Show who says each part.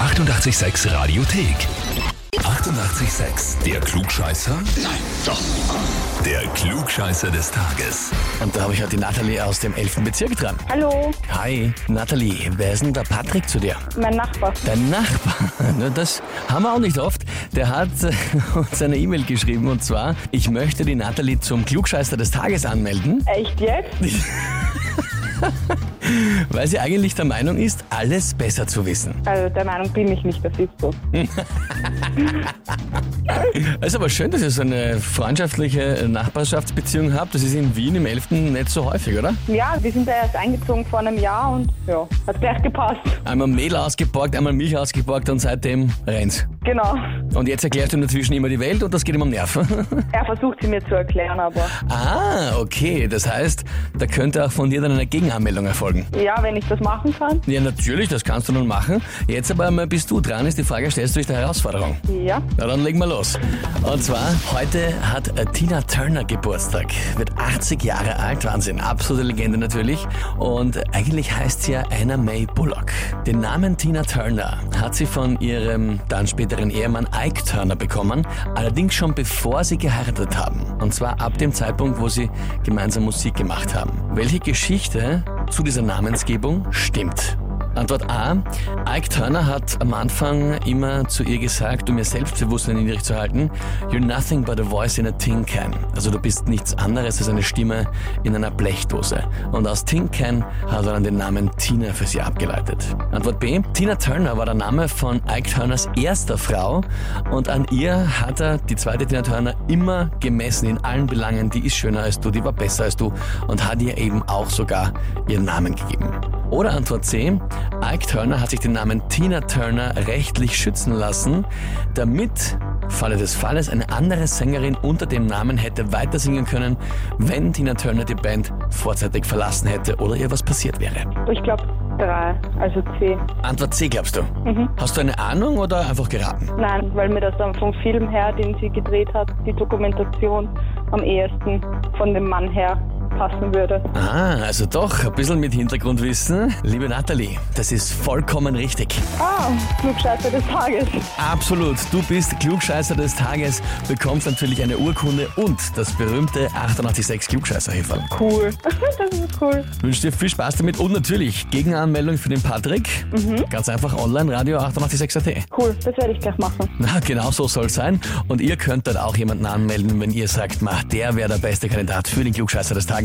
Speaker 1: 886 Radiothek. 88,6. Der Klugscheißer? Nein, doch. Der Klugscheißer des Tages.
Speaker 2: Und da habe ich heute die Nathalie aus dem 11. Bezirk dran.
Speaker 3: Hallo,
Speaker 2: Hi, Nathalie, wer ist denn der Patrick zu dir?
Speaker 3: mein Nachbar.
Speaker 2: Dein Nachbar. Na, Das haben wir auch nicht oft. Der hat äh, uns eine E-Mail geschrieben und zwar, ich möchte die Nathalie zum Klugscheißer des Tages anmelden,
Speaker 3: Echt jetzt?
Speaker 2: weil sie eigentlich der Meinung ist, alles besser zu wissen.
Speaker 3: Also der Meinung bin ich nicht, das ist so.
Speaker 2: Es ist aber schön, dass ihr so eine freundschaftliche Nachbarschaftsbeziehung habt. Das ist in Wien im 11. nicht so häufig, oder?
Speaker 3: Ja, wir sind da erst eingezogen vor einem Jahr und ja, hat gleich gepasst.
Speaker 2: Einmal Mehl ausgeborgt, einmal Milch ausgeborgt und seitdem rennt's.
Speaker 3: Genau.
Speaker 2: Und jetzt erklärst du ihm dazwischen immer die Welt und das geht ihm am Nerv.
Speaker 3: Er versucht sie mir zu erklären, aber
Speaker 2: ah, okay. Das heißt, da könnte auch von dir dann eine Gegenanmeldung erfolgen.
Speaker 3: ja, wenn ich das machen kann,
Speaker 2: Ja, natürlich, das kannst du nun machen. Jetzt aber mal bist du dran, ist die Frage, stellst du dich der Herausforderung?
Speaker 3: ja.
Speaker 2: Na, dann legen wir los. Und zwar, heute hat äh, Tina Turner Geburtstag. Wird 80 Jahre alt, Wahnsinn, absolute Legende natürlich. Und eigentlich heißt sie ja Anna May Bullock. Den Namen Tina Turner hat sie von ihrem dann späteren Ehemann Ike Turner bekommen, allerdings schon bevor sie geheiratet haben. Und zwar ab dem Zeitpunkt, wo sie gemeinsam Musik gemacht haben. Welche Geschichte zu dieser Namensgebung stimmt? Antwort A. Ike Turner hat am Anfang immer zu ihr gesagt, um ihr Selbstbewusstsein niedrig zu halten, You're nothing but a voice in a tin can. Also du bist nichts anderes als eine Stimme in einer Blechdose. Und aus Tin Can hat er dann den Namen Tina für sie abgeleitet. Antwort B. Tina Turner war der Name von Ike Turners erster Frau und an ihr hat er die zweite Tina Turner immer gemessen in allen Belangen. Die ist schöner als du, die war besser als du und hat ihr eben auch sogar ihren Namen gegeben. Oder Antwort C. Ike Turner hat sich den Namen Tina Turner rechtlich schützen lassen, damit, Falle des Falles, eine andere Sängerin unter dem Namen hätte weiter singen können, wenn Tina Turner die Band vorzeitig verlassen hätte oder ihr was passiert wäre.
Speaker 3: Ich glaube drei, also zehn.
Speaker 2: Antwort C, glaubst du? Hast du eine Ahnung oder einfach geraten?
Speaker 3: Nein, weil mir das dann vom Film her, den sie gedreht hat, die Dokumentation am ehesten von dem Mann her passen würde.
Speaker 2: Ah, also doch, ein bisschen mit Hintergrundwissen. Liebe Nathalie, das ist vollkommen richtig.
Speaker 3: Ah, Flugscheiße des Tages.
Speaker 2: Absolut. Du bist Klugscheißer des Tages, bekommst natürlich eine Urkunde und das berühmte 886 klugscheißer -Häferl.
Speaker 3: Cool. das ist cool.
Speaker 2: Wünsche dir viel Spaß damit und natürlich Gegenanmeldung für den Patrick. Ganz einfach online radio 886.at.
Speaker 3: Cool, das werde ich gleich machen.
Speaker 2: Na, genau so soll sein. Und ihr könnt dann auch jemanden anmelden, wenn ihr sagt, ma, der wäre der beste Kandidat für den Klugscheißer des Tages.